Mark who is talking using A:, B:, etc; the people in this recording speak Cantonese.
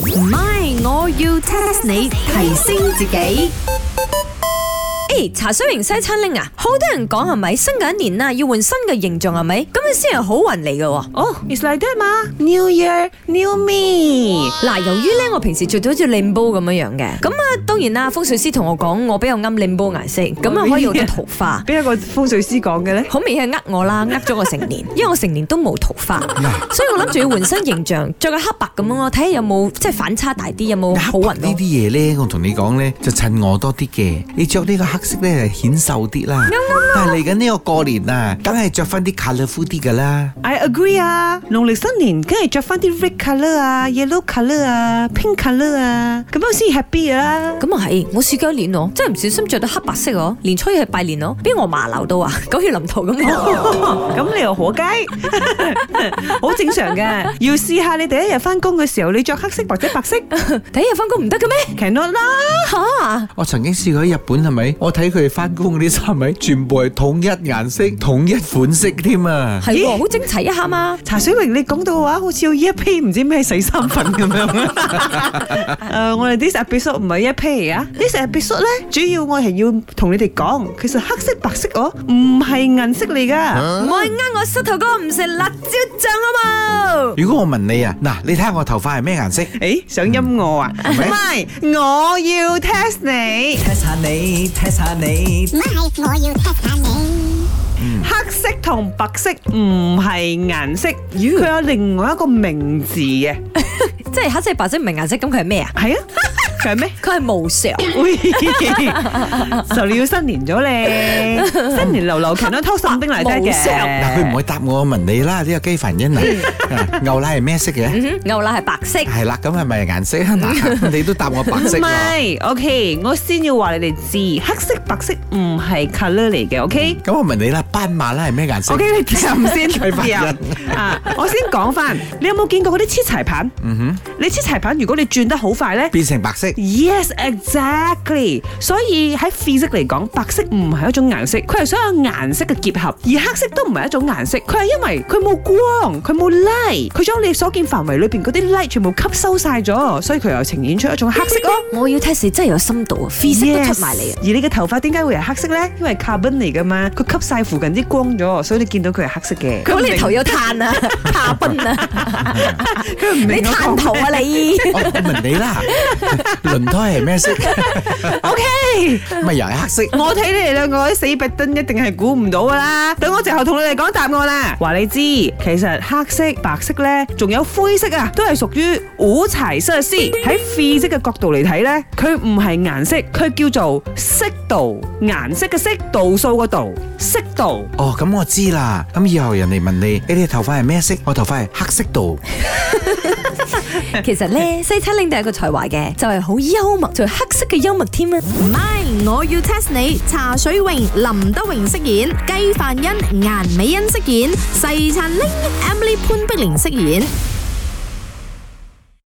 A: 唔係，我要 test 你提升自己。
B: 誒，茶水型西餐拎啊，好多人講係咪新嘅一年啊，要換新嘅形象係咪？咁樣先係好運嚟嘅喎。哦，
C: It's like that 嘛，New Year, New Me。
B: 嗱，由於咧我平時着到好似 limbo 咁樣樣嘅，咁啊當然啦，風水師同我講我比較啱 limbo 顏色，咁啊可以用到桃花。
C: 邊一個風水師講嘅咧？
B: 好明顯係呃我啦，呃咗我成 年，因為我成年都冇桃花，所以我諗住要換新形象，着個黑白咁樣咯，睇下有冇即係反差大啲，有冇好運
D: 呢啲
B: 咯。
D: 嘢咧，我同你講咧，就襯我多啲嘅。你着呢個黑色咧，就顯瘦啲啦。但係嚟緊呢個過年啊，梗係着翻啲 colourful 啲噶啦。
C: I agree 啊！農曆新年梗係着翻啲 red colour 啊、yellow colour 啊、pink colour 啊，咁樣先 happy 啊！
B: 咁啊係，我試過一年我真係唔小心着到黑白色哦，年初一係拜年咯，俾我嫲鬧到啊， 狗血淋頭咁
C: 哦
B: 樣。
C: 咁你又何解？ 好正常嘅，要試下你第一日翻工嘅時候，你着黑色或者白色
B: 第一日翻工唔得嘅咩？
C: ，cannot 啦。
B: 吓，
D: 我曾經試過喺日本係咪？我睇佢哋翻工嗰啲衫係咪，全部係統一顏色、統一款式添啊！
B: 係喎，
C: 咦
B: 好整齊一下嘛。
C: 茶水榮，你講到嘅話，好似要一批唔知咩洗衫粉 咁樣。誒、我哋呢隻別墅唔係一批啊，呢隻別墅咧，主要我係要同你哋講，其實黑色白色我唔係銀色嚟噶。
B: 唔好呃我膝頭哥唔食辣椒醬啊好冇？
D: 如果我問你啊，嗱，你睇下我頭髮係咩顏色？
C: 誒、想陰我啊？唔係，我要 test 你。
E: test 下你，test 下你
F: 咪我要 test 下你，
C: 黑色同白色唔係顏色，佢有另外一個名字嘅，
B: 即係黑色白色唔係顏色，咁佢係咩啊？
C: 係啊，佢係咩？
B: 佢係無 常。
C: 喂，就你要新年咗 咧，新年流流勤都拖送冰嚟得
B: 冇
C: 嘅。
B: 聲
D: 嗱，佢唔會答我，我問你啦，呢個雞凡因啊，啊牛奶係咩色嘅？
B: 嗯哼，牛奶係白色。
D: 係啦，咁係咪顏色啊？嗱，你都答我白
C: 唔
D: 色啦。
C: 係，OK，我先要話你哋知，黑色白色唔係 colour 嚟嘅，OK。
D: 咁我問你啦，斑馬啦係咩顏色
C: OK，你撳 先，
D: 佢白人
C: 入啊！我先講翻，你有冇見過嗰啲黐柴棒？嗯哼，你黐柴棒，如果你轉得好快咧
D: 變成白色。
C: ，yes exactly。所以喺 physics 嚟講，白色唔係一種顏色，佢係所有顏色嘅結合，而黑色都唔係一種顏色，佢係因為佢冇光，佢冇 light，佢將你所見範圍裏邊嗰啲 light 全部吸收晒咗，所以佢又呈現出一種黑色咯。
B: 我要 test 你真係有深度啊，free 色都出埋嚟
C: Yes，
B: 啊！
C: 嗯而你嘅頭髮點解會係黑色咧？因為 carbon 嚟噶嘛，佢吸晒附近啲光咗，所以你見到佢係黑色嘅。
B: 咁你頭
C: 一，
B: 有碳 啊，卡賓啊，
C: 佢唔
B: 你
C: 明我
B: 碳
C: 講
B: 頭啊 你！
D: 哦我我問你啦， 輪胎係咩色？
C: OK，
D: 咪又係黑色。
C: 我睇你哋兩個啲死逼燈一定係估唔到噶啦。等我直頭同你哋講答案啦。話你知，其實黑色、白色咧，仲有灰色啊，都係屬於五柴色絲。喺 physics 嘅角度嚟睇咧，佢唔係顏色，佢叫做色度。顏色嘅色，度數個度，色度。
D: 哦，咁我知啦。咁以後人哋問你，你哋頭髮係咩色？我頭髮係黑色度。
B: 其實咧，西餐領第一個才華嘅，就係、好幽默，就係、黑色嘅幽默添啊！
A: 唔係，我要 test 你。茶水榮、林德榮飾演，雞凡欣、顏美欣飾演，細陳玲、Emily 潘碧玲飾演。